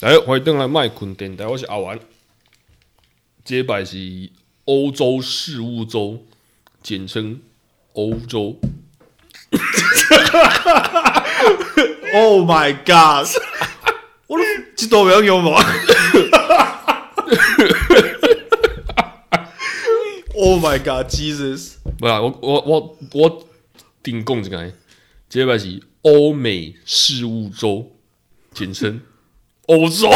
大家好，欢迎登来麦昆电台，我是阿丸。这摆是欧洲事务周，简称欧洲。 Oh my god！我都这都不要用我。oh my god，Jesus！不啦，我我我我顶讲一个，这摆是欧美事务周，简称欧洲。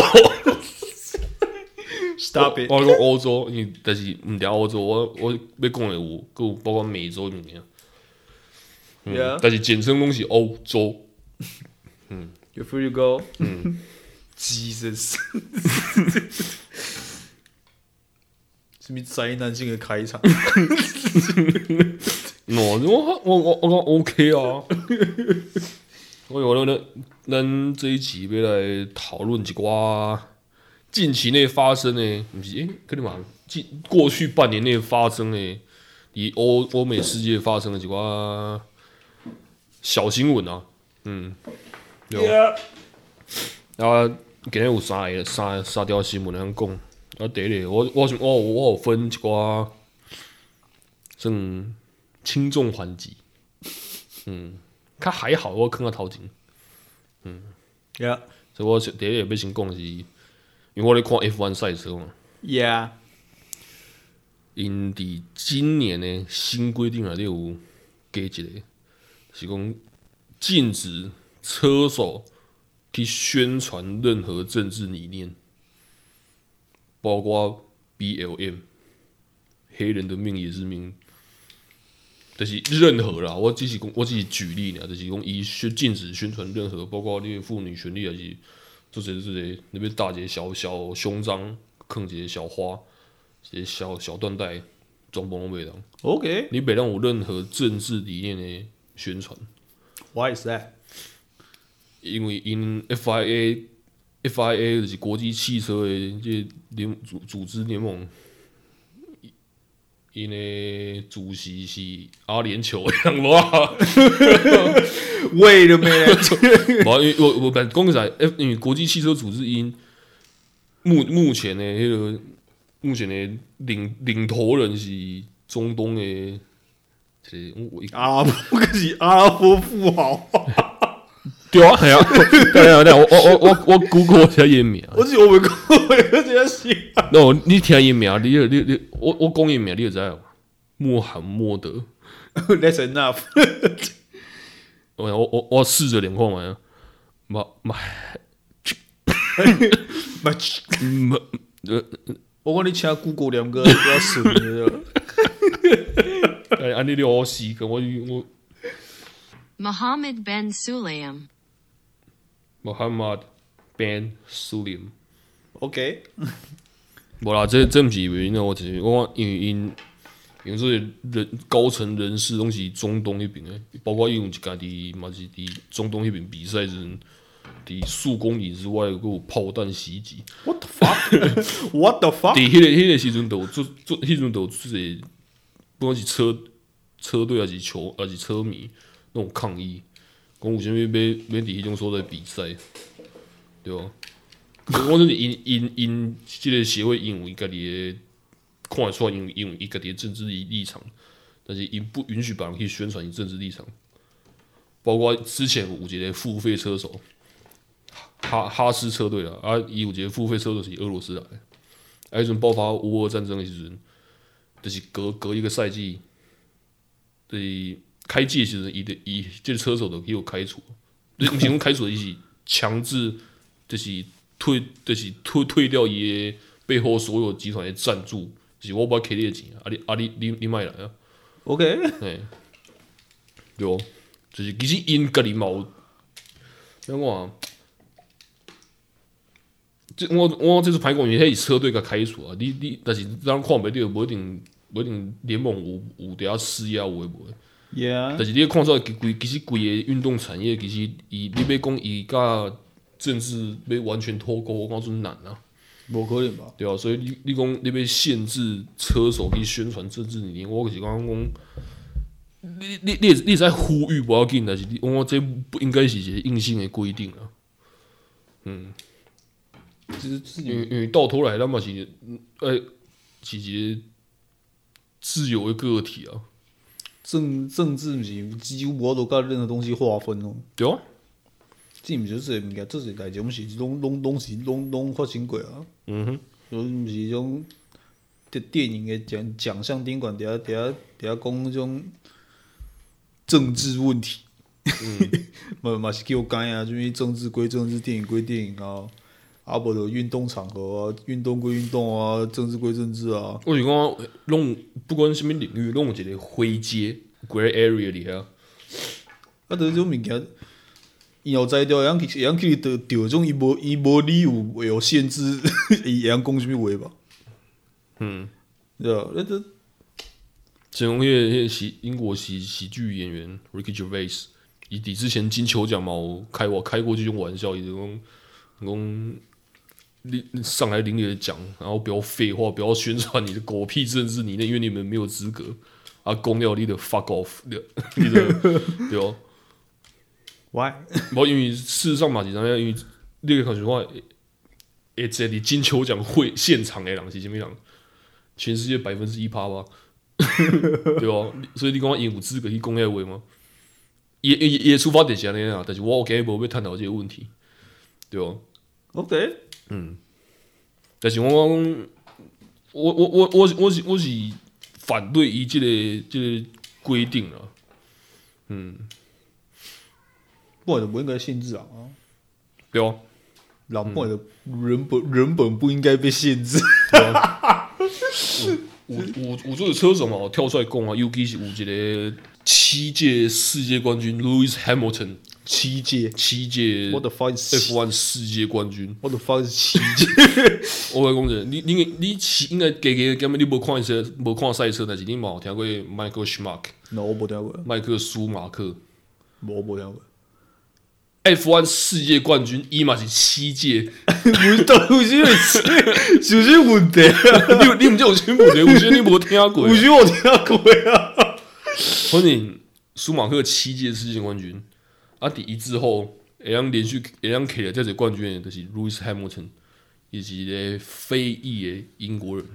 Stop it！我讲欧洲，因为但是毋知欧洲，我我要讲的有，佮有包括美洲物件， Yeah，但是简称拢是欧洲。 you're free to go。Jesus！什么灾难性的开场？喏，我我我我讲 OK 啊。我有咱咱这一期要来讨论一寡近期内发生的，不是诶，跟你嘛近过去半年内发生的，以欧欧美世界发生的一寡小新闻啊，嗯，对啊。啊，今日有三个三三条新闻通讲。啊，第一个，我我想我有我有分一寡算轻重缓急，嗯，较还好，我囥较头前。所以我是第一个要先讲的是，因为我咧看 F1 赛车嘛， Yeah，Yeah，Yeah，因伫今年的新规定内底有加一个，是讲禁止车手去宣传任何政治理念，包括 BLM，黑人的命也是命，就是任何啦，我只是讲我只是举例啦，就是讲伊宣禁止宣传任何，包括你的妇女权利还是做些做些那边大节小小胸章，囥一个小花。一个小小缎带全部拢袂当， OK。你袂当有任何政治理念的宣传， Why is that？因为因 FIA FIA 就是国际汽车的这个联组组织联盟，因的主席是阿联酋的人 哇， Wait a minute！无因为我我本讲起来，因为国际汽车组织因目目前的迄、个目前的领领头人是中东的一个，这我我阿拉伯可是阿拉伯富豪，对啊，系啊，对啊，对啊，我我我我我 Google 一下伊名，我是我们国为个这样写。那我你听伊名，你就你你我我讲伊名，你就知道。穆罕默德， That's enough 我我我我试着连看完，马马 Much 马呃，我讲你请 Google 两个，不要损 了。哎，安尼你我死跟我我 Mohammed ben Sulayem. 穆罕默德 Ben Sulim。 OK，无啦，这这毋是原因啊，我只是我讲因为因因为这些人高层人士拢是中东迄边的，包括因有一家伫嘛是伫中东迄边比赛的人，伫数公里之外还有炮弹袭击。 What the fuck? What the 伫 fuck? 迄、个迄、个时阵，都有做做迄阵都有做一个，不管是车车队还是球还是车迷那种抗议，讲有啥物要要伫迄种所在比赛，对吧？可是我就是因因因即个协会因为家己的看得出来，因为因为伊家己的政治立立场，但是因不允许别人去宣传伊政治立场，包括之前有一个付费车手。哈哈斯车队啦，啊，伊有一个付费车手是俄罗斯来的，啊，迄阵爆发乌俄战争的时阵，就是隔隔一个赛季，就是开季的时阵，伊的伊这个车手都给我开除，就是不是讲开除，伊是强制，就是退，就是退退掉伊的背后所有集团的赞助，就是我把开你的钱，啊你啊你你你卖来啊， OK，哎，对哦，就是其实因家己嘛有，怎么讲啊？这我我这次歹讲，因为迄是车队甲开除啊，你你但是咱看袂着，无一定无一定联盟有有伫遐施压有诶无的？ Yeah，但是你看出来，其规其实规个运动产业，其实伊你要讲伊甲政治要完全脱钩，我讲真难啊。无可能吧？对啊，所以你你讲你要限制车手去宣传政治理念，我就是刚刚讲，你你你你在呼吁不要紧，但是你我这不应该是一个硬性的规定啊。嗯，就是因为因为到头来咱嘛是，呃、是一个自由的个体啊，政政治毋是几乎无都甲任何东西划分哦咯，对啊，这毋是这物件，这是代志，拢是拢拢拢是拢拢发生过啊。嗯哼，就毋是迄种电电影的奖奖项顶管，底下底下底下讲迄种政治问题，嗯 嘛嘛、是叫干啊，就是政治归政治，电影归电影啊，啊无就运动场合啊，运动归运动啊，政治归政治啊，我是讲弄不管什么领域，弄一个灰阶 grey area 里啊，啊，就是种物件。伊有才调，会晓去会晓去着着迄种伊无伊无理由会有限制， 伊会晓讲啥物话吧？嗯，对吧？那这像迄、个迄、个喜英国喜喜剧演员 Ricky Gervais，伊伫之前金球奖嘛，有开我开过这种玩笑，伊就讲讲你你上来领你的奖，然后不要废话，不要宣传你的狗屁政治理念，因为你们没有资格。啊，公了你的 fuck off，你的你的对哦。 why？无，因为事实上嘛，是怎样？因为你个讲实话，会坐伫金球奖会现场诶人是啥物人？全世界百分之一趴吧， 对吧？所以你讲伊有资格去讲迄话吗？伊伊伊的出发点是安尼啊，但是我今日无要探讨即个问题，对吧？ OK，但是我讲，我我我我是我是我是反对伊即、个即、个规定啊。我就不应该限制人啊。嗯对啊，人本的人本人本不应该被限制。 有有有这个车手嘛，我跳出来讲啊，尤其是有一个七届世界冠军 Lewis Hamilton，七届，七届我的发是， F1 世界冠军。我的发是七届。 我来讲者，你你你应该加加减减，你无看赛无看赛车，但是你嘛有听过 Michael Schumacher、那我没听过，迈克舒马克我没听过。 F1 世界冠军，伊嘛是七届。 不是，有些是有些问题，啊你有你毋知有啥问题？有啥你无听过？有些我听过啊。反正舒马克七届世界冠军，啊，第一之后，会让连续会让摕了这些冠军的，就是 Lewis Hamilton，伊是一个非裔的英国人。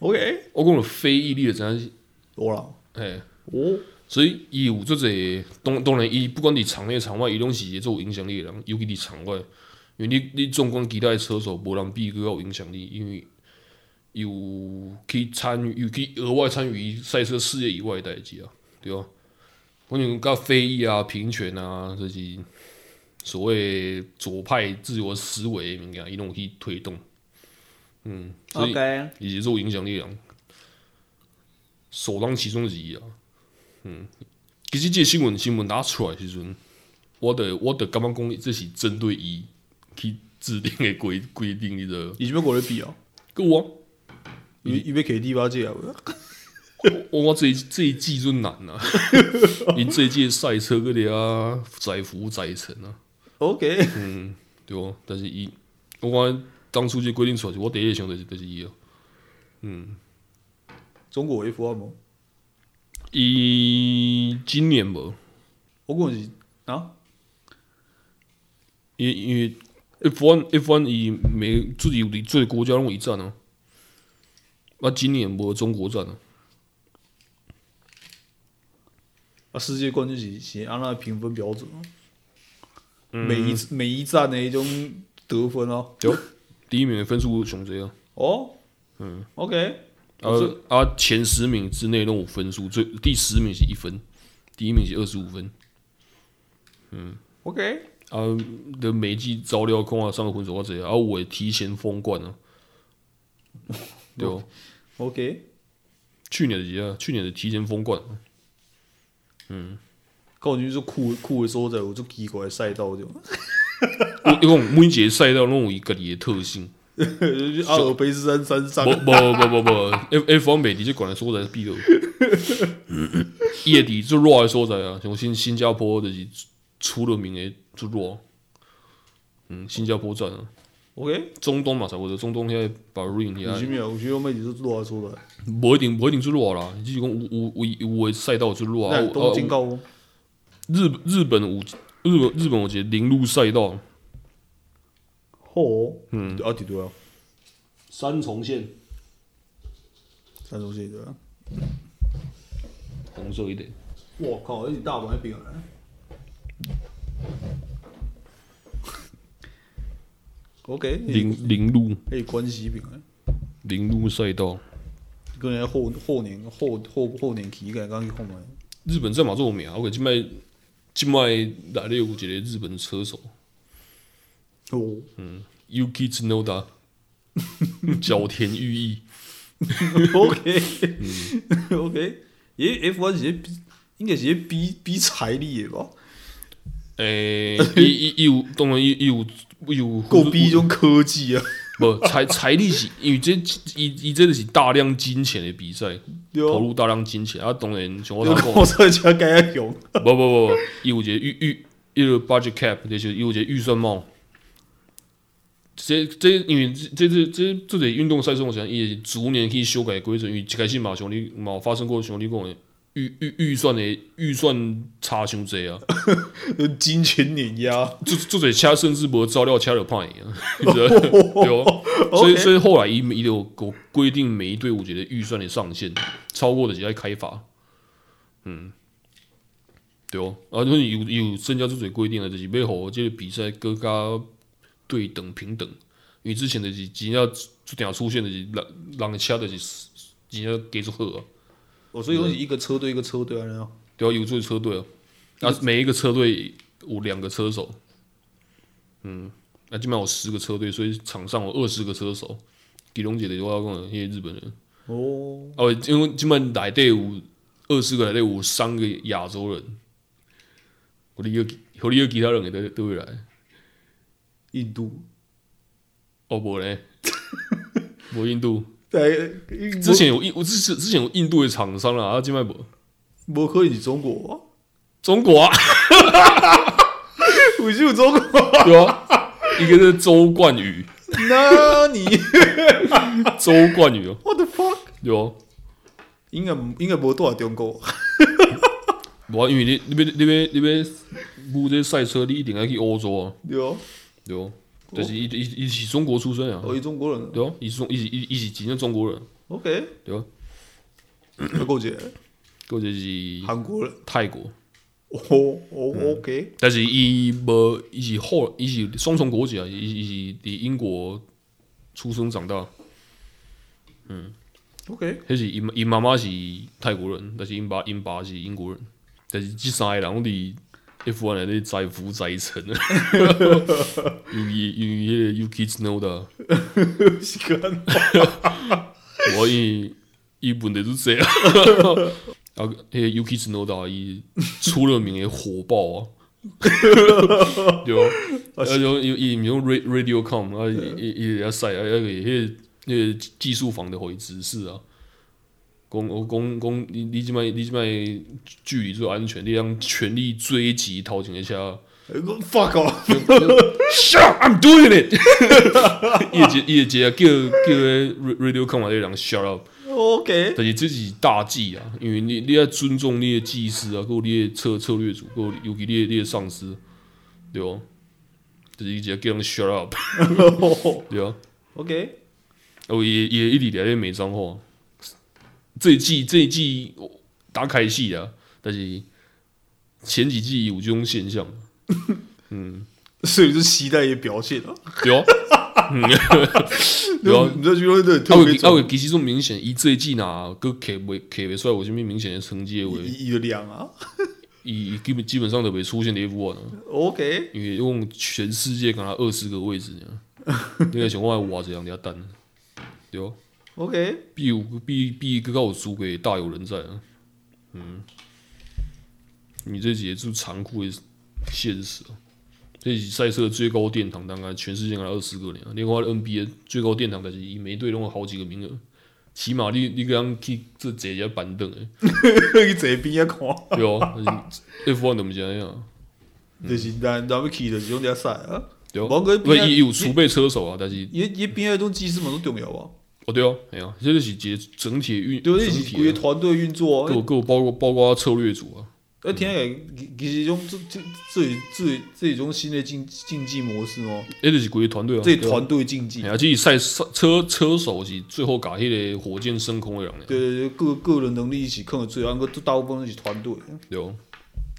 OK，我讲了非裔，你就知影是，我啦，嘿，我所以伊有做者，当当然伊不管伫场内场外，伊拢是一个做有影响力的人，尤其伫场外，因为你你纵观其他的车手，无人比伊佫较有影响力，因为伊有去参与，有去额外参与赛车事业以外的代志啊，对啊。我讲甲非议啊、平权啊，这是所谓左派自由思维的物件，伊拢有去推动。嗯，所以以及做影响力人，首当其冲之一啊。嗯，其实这个新闻新闻拿出来的时阵，我的我的感觉讲，这是针对伊去制定的规规定你的。伊是要跟我咧比啊？个我 伊伊要给第八届啊？我我这一这一季就难啊， 因这一届赛车个咧啊，载浮载沉啊， OK，对哦。但是伊，我感觉当初这规定出来时，我第一个想就是就是伊啊。中国 F1 吗？伊今年无，我讲是啊，因因为 F one F one 以每自己离最国家拢一站啊，啊今年无中国站啊，啊，世界冠军是是安那评分标准啊？每一每一站的一种得分啊。对，哦第一名的分数上侪啊，哦，嗯，OK，啊啊前十名之内拢有分数，最第十名是一分，第一名是二十五分， OK，啊的每一季招料看啊上个分数啊侪啊，啊我提前封冠啊，对哦， OK，去年的是啊，去年的提前封冠啊，高级就酷酷的所在，有做奇怪的赛道这种， 我一共每一节赛道拢有伊家己的特性。就是阿尔卑斯山山上无，无无无无，F F 方美的这管的所在是必有，夜底最热的所在啊，像新新加坡就是出了名的最热，嗯，新加坡站啊， OK，中东嘛，差不多，中东现在把 Rain 有啥遐，物啊？有啥物妹子就落出来，无一定无一定最热啦，就是讲有有有有的赛道最热啊，那有东啊京有高，日日本有日本日本有一个铃鹿赛道，好，嗯，啊，伫倒啊，三重县三重县对啊。红色一点，我靠，那是大阪那边啊。OK，林林路那是关西边啊，林路赛道。可能后后年后后后年起，敢刚去看卖。日本战马做名，啊我即摆即摆来咧有一个日本车手哦， Yuki Tsunoda，角田裕毅， OK，OK，诶，F 1是咧应该是咧比比财力的吧？ 诶、伊伊伊有当然伊伊有伊有够比迄种科技啊，无财财力是，因为这伊伊这个是大量金钱的比赛，对投啊，入大量金钱啊，当然像我头就讲靠的，车车该用。不不不，不伊有一个预预伊个 budget cap，就是伊有一个预算帽。这这因为这这这这个运动赛事，我想伊逐年去修改规则，因为一开始嘛，像你嘛有发生过像你讲的预预预算的预算差伤济啊。 金钱碾压，这这嘴车甚至无照料车就判伊啊， 你知道对哦。所以所以后来伊伊有有规定每一队伍觉得预算的上限，超过的就要开罚。嗯，对哦。啊，就是有有增加这嘴规定的，就是要互这个比赛更加对等平等。因为之前的是真正出点出现的是人人的车的是真正给出好啊，我哦所以说是一个车队一个车队啊，然后对啊，有这个车队啊，啊，每一个车队有两个车手，嗯，那基本上有十个车队，所以场上有二十个车手。吉隆姐的我要讲的那些日本人，哦，哦，因为基本来队有二十个来队有三个亚洲人，我你个和你个其他人也都都会来，印度，哦不嘞，无印度，对，之前有印，我之前之前有印度的厂商啦，啊，今麦无摩可以是中国啊， 中国啊，我是有中国， 有啊，一个是周冠宇，那你周冠宇哦， what the fuck？有啊。应该应该无多少中国，无啊，因为你你要你要你要舞这赛车，你一定要去欧洲啊，对啊，对哦，就是伊伊伊是中国出身啊，我是中国人啊对哦，伊是中伊是伊伊是真正中国人， ，OK，对哦，还够一个 或者是韩国人，泰国，哦嗯哦 OK，但是伊无伊是后伊是双重国籍啊，伊伊是伫英国出生长大， OK， 迄是伊妈伊妈妈是泰国人，但是因爸因爸是英国人，但是即三个人拢伫 F1 内底载浮载沉啊， 有伊有伊迄个啊 Yuki Tsunoda。是干，我伊伊问题是这样，啊，迄个 Yuki Tsunoda 伊出了名的火爆啊，对啊，啊，就伊伊毋用 ra- radio com 啊，伊伊伊遐赛啊，迄个迄个迄个技术房的回指示啊，讲我讲讲你你即摆你即摆距离最安全，你通全力追击头前的车。我 fuck off， Shut up! I'm doing it 他的。伊个节伊个节叫叫迄 radio com 内底人 shut up。 OK，但是这是大忌啊，因为你你要尊重你的技师啊，够你的策策略组，够尤其你的你的上司，对哦，就是一直叫人 shut up，对啊， OK，哦也也一直在咧美脏话，这一季这一季哦打开戏啊，但是前几季有这种现象，所以就期待也表现啊，对 哦，嗯，对哦。你知道就会啊特别伟啊重伟，其实这么明显，伊这一季呐，佮摕袂摕袂出来有啥物明显的成绩的话，一一个量啊伊伊基本基本上都袂出现伫 F one 啊。 ，OK。因为用全世界跟他二十个位置呢， 那个情况下哇，这样人家单，对哦， OK， 比有比比更高有输给大有人在啊，嗯，你这也是残酷的现实啊。这是赛车的最高殿堂，大概全世界才二十个呢。另外 NBA 最高殿堂，但是伊每队拢有好几个名额，起码你你刚去这坐一下板凳诶，去坐边仔看，对哦。F one 怎么讲呀？就是嗯咱咱要去就是用只赛啊。对哦，王哥不，伊伊有伊储备车手啊，但是伊伊边仔迄种技师嘛都重要啊，哦，对哦，哎呀、这就是一个整体的运，对，整是体规的个团队运作各啊。各包括包括策略组啊，啊，听起来其其实种这这这这这一种新的竞竞技模式哦，迄就是规个团队啊，这对啊团队竞技嘿，啊，即赛赛车车手是最后甲迄个火箭升空的人呢，对对对，个个人能力一起控制最后，啊，个大部分都是团队。对哦。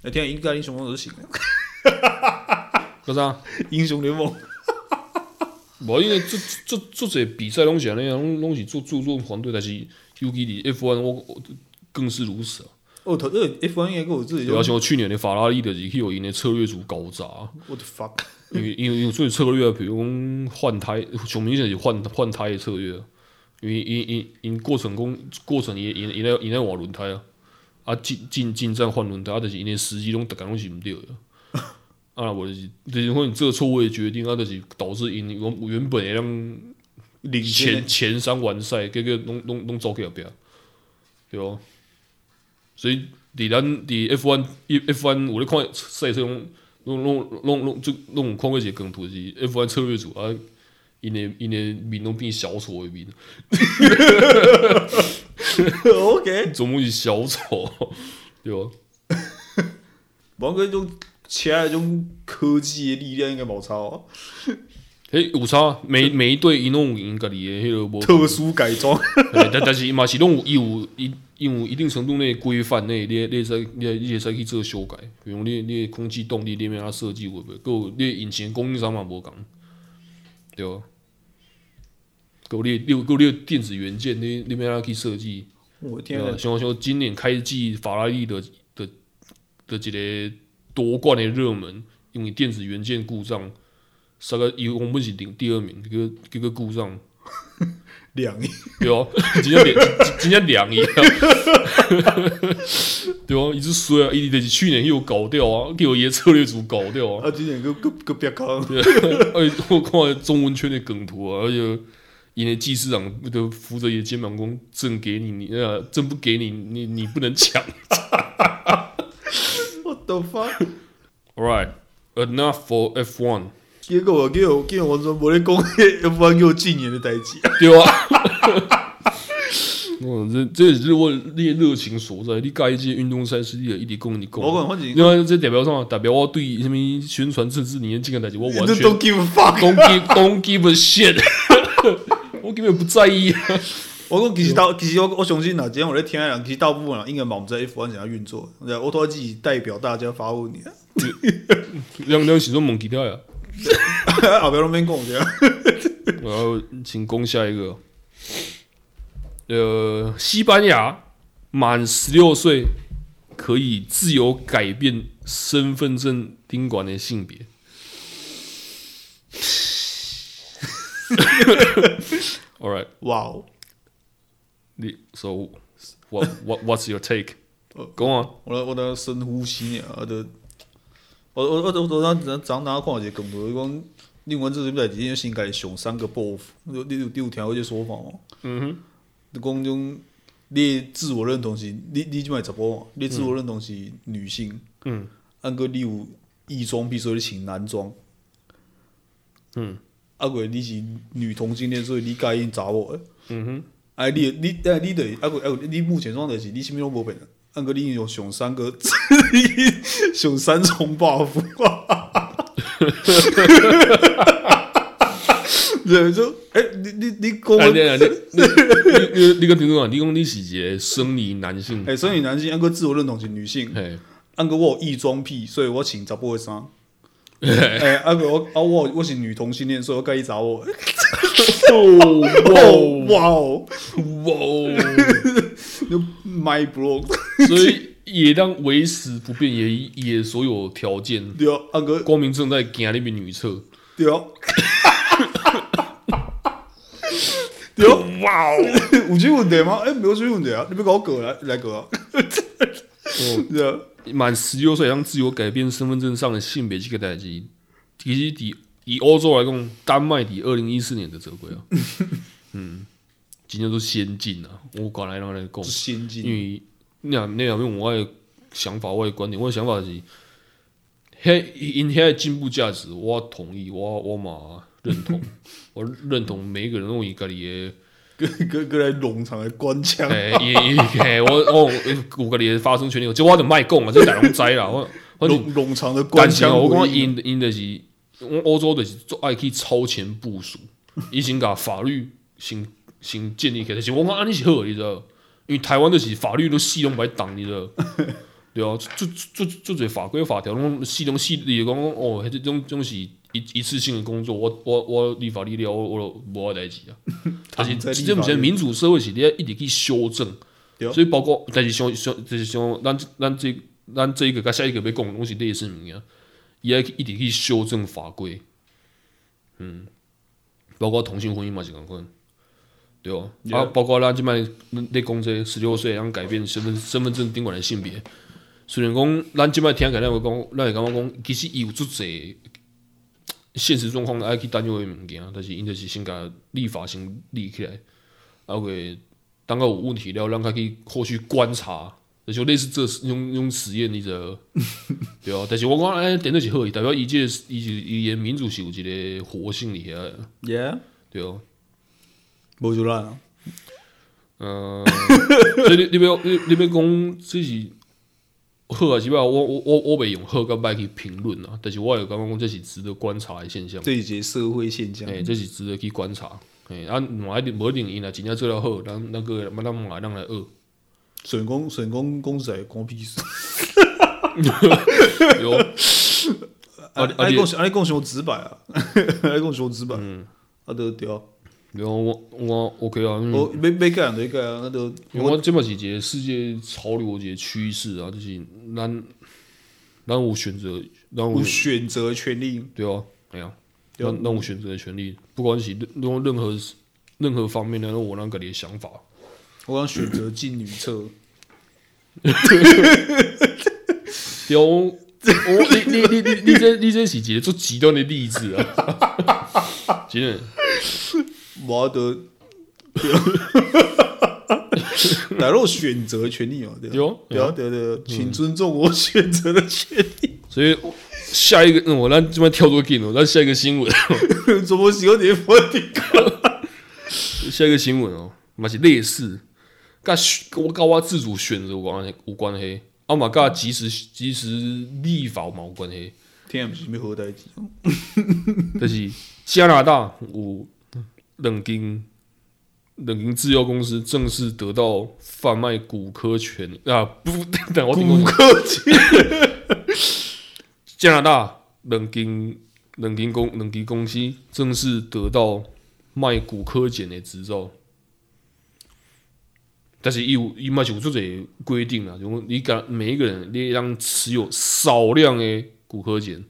啊，听起来应该英雄联盟都行了，个啥？ 英雄联盟。无因为这这这这比赛拢是安尼啊，拢拢是做注重团队，但是尤其伫 F1 我我更是如此啊。哦，头这 F 1应该跟我自己对啊，像种，去年的法拉利就是去有因的策略组搞砸啊，我的 fuck，因为因为因为做策略啊，比如讲换胎，上明显是换换胎的策略啊，因为因因因过程讲过程因因因咧因咧换轮胎啊，啊进进进站换轮胎，啊就是因的司机拢逐工拢是毋 对的。啊，我就是，就是说你这个错误的决定，啊，就是导致因原原本的让领先前的前三完赛，结果拢拢拢走去后壁，对哦。所以伫咱伫 F 1 F 1有咧看赛车拢拢拢拢拢就拢有看过一个梗图是 F 1策略组啊，因的因的面拢变小丑的面， OK。总共是小丑， 对哦。无过迄种车迄种科技的力量应该无差哦，诶、有差，每每一队伊拢有因家己的迄个 无特殊 改装。嘿但但是伊嘛是拢有伊有伊伊有一定程度内规范内，你你会使你你会使去做修改，比如你你的空气动力你面啊设计有袂，佮有你的引擎供应商嘛无共，对啊，佮有你的你有佮有你的电子元件你你面啊去设计，我的对天啊，啊，像像今年开季法拉利的的的一个夺冠的热门，因为电子元件故障，三个伊原本是领第二名，结果结果故障。两亿，对哦， 真正凉，真正凉伊啊！ 对哦，伊只衰啊，伊就是去年又搞掉啊，给我爷策略组搞掉啊！ 啊，今年个个个别康，对，而且我看中文圈的梗图啊，而且伊的技师长都扶着伊的肩膀讲：“朕给你，你呃，朕不给你，你你不能抢。我的 fuck，” All right, enough for F one。结果叫我叫我完全无咧讲 F 1叫禁言的代志。对 啊。哦，这这也是我你的热情所在。你甲一届运动赛事，你也一直讲一直讲。我讲反正另外啊这代表上代表我对什么宣传政治理念这个代志，我完全 don't give a fuck。 don't give don't give a shit，我根本不在意、 啊。我讲其实大，其实我我相信啦，今天我咧听的人，其实大部分人应该嘛毋知 F 1怎样运作，对啊我都自己代表大家发问你啊。两两时阵问其他啊呀，后壁拢免讲对啊。我要请攻下一个。呃，西班牙满十六岁可以自由改变身份证宾馆的性别。All right，哇哦，你 so what what what's your take? Go on. 我我等下深呼吸呢，啊，就我我我我我昨昨昨哪看有一个梗图，伊讲你文字什么代志，因为应该上三个报复，你有你有你有听过这说法吗？嗯哼，就讲种你的自我认同是，你你即摆查甫嘛，你自我认同是女性，嗯，啊，毋过你有异装癖，所以你穿男装，嗯，啊，过你是女同性恋，所以你介意查某的。嗯哼，哎，你的你哎，你就是啊个啊个，你目前状态是你啥物拢无变啊，啊个你用上三个， 上三 重 buff 啊， 对，就哎、你你你讲哎，我你你你你跟听众讲，你讲你是一个生理男性，哎，所以男性按个自我认同是女性， 嘿，按个我有异装癖，所以我穿查甫的衫，哎，按个我啊我我是女同性恋，所以我介意查某的，哦哇哦哇哦哇，哦就，my bro， 所以也当维持不变，也也所有条件。 对啊，按个光明正在行那边女厕，对啊。对啊，哇哦，有这问题吗？哎、没有这问题啊！你别搞狗来来狗啊！哦对啊，满十六岁让自由改变身份证上的性别这个代志，其实以以欧洲来讲，丹麦伫二零一四年的折规啊，嗯，今天都先进啊，我管来让来讲。先进因为那两那两边我的想法，我的观点，我的想法是，遐因遐的进步价值，我同意，我我嘛认同，我认同每一个人拢有伊家己的个个个来冗长的官腔，哎，伊伊嘿，我我有个己的发声权利，即我就莫讲啊，即大拢知啦。我我冗冗长的感官情腔哦，回应，我讲因因就是，我欧洲就是做爱去超前部署，伊先甲法律先先建立起来。就是我讲安尼是好的，你知道？因为台湾就是法律都死拢白动，你知道？对啊，做做做做法规法条拢死拢死，你讲哦，迄种种是一一次性的工作，我我我立法立了，我我就无爱代志 啊。但是躺在立这毋法是院民主社会是你要一直去修正对，啊所以包括但是像像就是像咱咱这咱这一个甲下一个要讲的拢是类似物件，伊要一直去修正法规，嗯，包括同性婚姻嘛是共款，对哦，啊，包括咱即摆咧讲这十六岁，咱改变身份身份证顶管的性别，虽然讲咱即摆听起来咱会讲，咱会感觉讲，其实伊有足侪呃现实状况爱去担忧的物件，但是因着是先甲立法先立起来，啊会当个有问题了，咱较去后续观察，就类似这用用实验你着，对啊，但是我讲哎，点的是好，代表伊这伊是伊的民主是有一个活性伫遐的， ，Yeah，对啊。无就烂啊，呃，所以你你要你你要讲这是好还是歹，我我我我袂用好跟歹去评论啊，但是我有感觉讲这是值得观察的现象，这是一个社会现象哎、，这是值得去观察。哎、啊，无一定无一定因若真正做了好，咱咱个咱咱嘛咱来学。虽然讲虽然讲讲实在关屁事，有， 啊啊，啊你你讲是啊，你讲上直白啊， 啊，你讲上直白，嗯啊，对对啊，有我我 OK 啊，因为我要要改人就改啊，啊，对，因为我这嘛是一个世界潮流的一个趋势啊，就是咱咱有选择，咱有有选择权利，对啊，哎呀、让让我选择的权利，不管是任用任何任何方面的，让我让个己的想法。我想选择进 女厕，对啊，我我哦你你你你你这你这是一个做极端的例子啊， 真的。我得， 对啊大陆选择权利哦，对对啊啊，对啊，对啊对啊，请尊重我选择的权利， 所以下一个，嗯、我咱这边跳多进了，咱下一个新闻，哦怎么喜欢你不 听？下一个新闻哦，嘛是类似，跟我跟我自主选择有关有关系，啊嘛跟及时及时立法嘛有关系。天啊，不是没好代志，就是加拿大有两间两间制药公司正式得到贩卖骨科权啊，不， 等我听骨过。科技，加拿大两间两间公两间公司正式得到卖骨科检的执照，但是伊有伊嘛是有做者规定啊，就讲你敢每一个人你让持有少量的骨科检，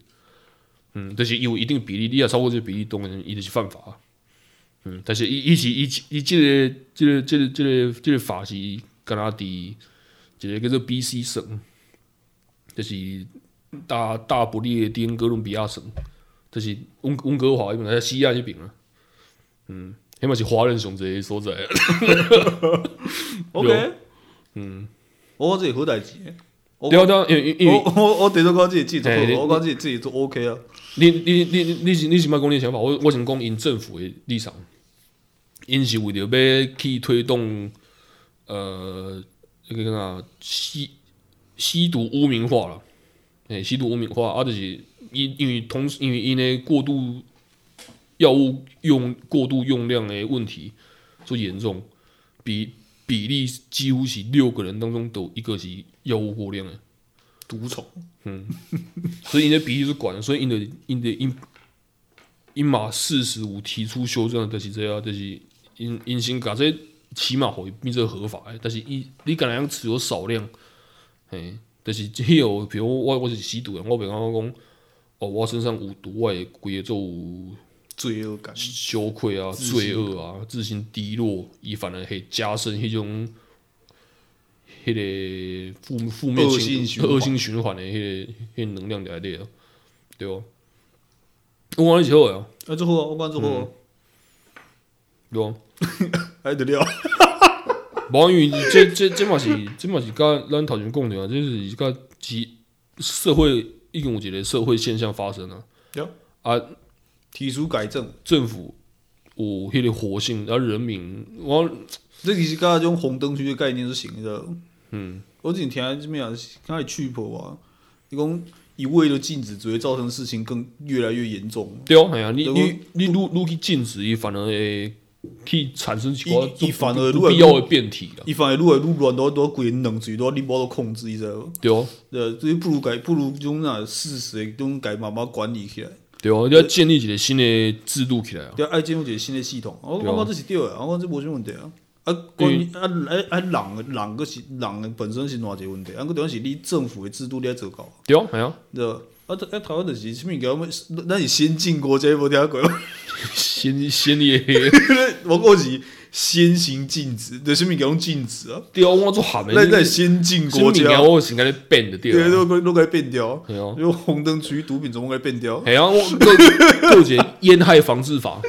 嗯，但是伊有一定比例，你也超过这个比例，当然伊就是犯法啊。嗯，但是伊伊是伊伊即个即、个即、个即、个即、个法是敢若伫一个叫做 B.C 省，就是大大不列颠哥伦比亚省，就是温温哥华迄边，在西岸迄边啊。嗯，迄嘛是华人上侪的所在。 OK，嗯，我这是好代志的。我对啊对啊，因为因为我 我我等于讲自己自己做嘿你，我讲自己自己做 OK 啊。你你你你你是你是卖讲你的想法，我我想讲因政府的立场，因是为着要去推动呃那个啥吸吸毒污名化了，诶、吸毒污名化，啊就是因因为同时因为因为过度药物用过度用量的问题最严重，比比例几乎是六个人当中都有一个是药物过量的。毒虫，所以因的比例是管，所以因的因的因因马四十五提出修正，就是这样，就是因因先把这起码会变成合法的，但是伊你敢若持有少量，嘿，但是迄有比如我我是吸毒的，我袂讲讲哦，我身上有毒，我会规个做有罪恶感，羞愧啊、罪恶啊、自信低落，伊反而会加深迄种迄、个负负面恶性循环恶性循环的迄、个迄、个能量在内啊，对哦。我讲你是好的啊，啊，做好啊，我讲做好啊，对哦。还得了。无因为这这这嘛是这嘛是甲咱头前讲的啊，这是甲其社会已经有一个社会现象发生啊。对啊，提出改正，政府有迄个活性，啊，人民我这其实甲迄种红灯区的概念是行的。嗯，我之前听什么啊，刚才去破啊，伊讲一味的禁止只会造成事情更越来越严重。对啊，哎呀，你对你你愈愈去禁止，伊反而会去产生一寡伊伊反而不愈来不必愈要的变体啦。伊反而愈来愈乱，都都规个冷水都你无都控制，你知道无？对啊，对，所以不如改，不如种那事实的，种改慢慢管理起来。对啊，呃你要建立一个新的制度起来啊。对，爱进入一个新的系统，哦我我对啊感觉这是对的，我感觉这无啥问题啊。啊，关于啊啊啊人的人个是人的本身是偌一个问题，啊，佮重要是你政府的制度你要做到，对啊，哎呀，对吧？啊，啊台湾就是啥物叫我们，咱是先进国家，无听过。 先先你的，我讲是先行禁止，对，啥物叫我们禁止啊？对啊，我做喊的。咱咱是先进新物国件家，我先甲你变就对对，啊都。都都该变掉，对啊因为红灯区毒品总该变掉。哎呀，我个有一个烟害防治法，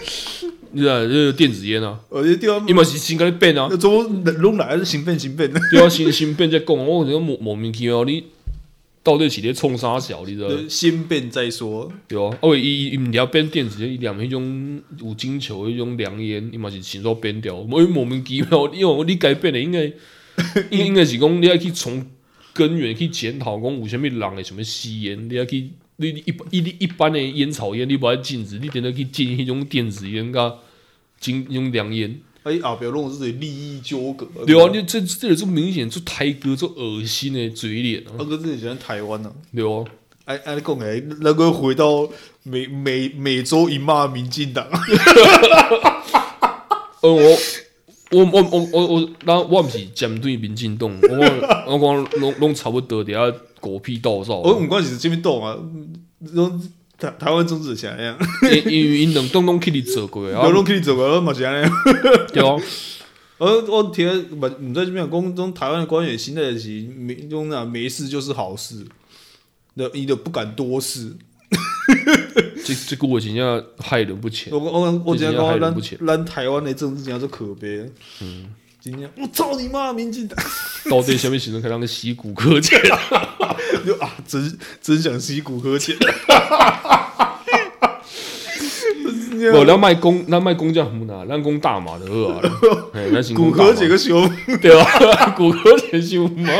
你知道，就是电子烟啊，而且对啊，伊嘛是先甲你变啊，怎么拢来是行变行变的？对啊，先先变再讲，我感觉莫莫名其妙，你到底是咧创啥小，你知道？对 先变再说。对啊，啊，伊伊伊毋了变电子烟，伊念迄种有金球迄种凉烟，伊嘛是先做变掉，莫莫名其妙， 因为我你改变的应该应应该是讲你要去从根源去检讨，讲有啥物人会想要吸烟，你要去你你一一一般的烟草烟你无爱禁止，你定得去禁迄种电子烟甲金迄种凉烟。哎、啊，不要弄自己利益纠葛。对啊，你这这个就明显就抬哥就恶心的嘴脸啊，二哥自己喜欢台湾呢、啊。对啊，哎哎，讲哎，那个回到每每每周一骂民进党， 呃，我我我我我我，那我毋是针对民进党，我我讲拢拢差不多伫遐狗屁倒灶，我唔管是这边动啊，拢台台湾政治是安样，因因为因两党拢去你做过啊我，拢去做个嘛是安样。 对啊，我我听，不唔在这边讲，种台湾的官员现在是没种啊，没事就是好事，那伊就不敢多事。这这句话真正害人不浅我，我我今天这是害讲人不浅咱咱台湾的政治真正是可悲。嗯，今天我操你妈，民进党！到底啥物时阵开人洗骨科技？就啊，真真想吸骨科钱。啊无哦咱卖讲咱卖讲遮远啦，咱讲大麻就好啊，嘿咱先 骨讲科大麻这个熊，对啊， 骨科姐伤毛，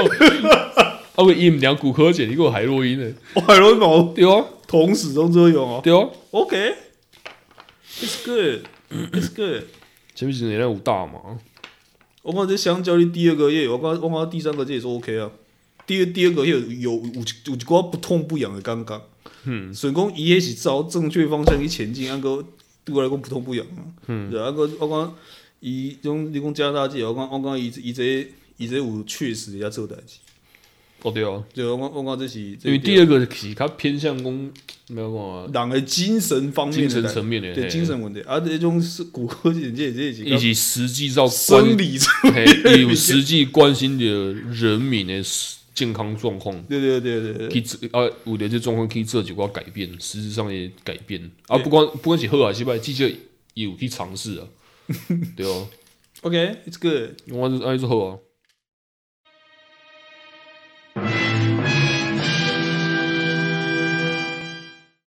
啊喂，伊毋娘骨科姐，你给我海洛因呢？我海螺毛对啊，同始终作用哦。对啊， OK，it's good，it's good。前面时阵咱有大麻，我感觉这相较你第二个月，我感觉我感觉第三个这也是 OK 啊。第二第二个月有有有一有一寡不痛不痒的感觉，嗯，所以讲伊也是朝正确方向去前进，啊个对我来讲不痛不痒啊，嗯，对啊个我讲伊种你讲加拿大这个，我讲我讲伊伊这伊这有确实在做代志，哦对啊，对我讲我讲这是这因为第二个是较偏向讲，没有讲啊，人的精神方精面的神代志层面的，对嘿精，神问题，啊这种是骨科这这这是以及实际到生关，理上，嘿有实际关心着人民的健康状况。对对对对对。去做啊，有的这状况去做一寡改变，实质上的改变啊，不管不管是好还是歹，至 少也有去尝试啊，对啊， OK，it's、good。我就安尼就好啊，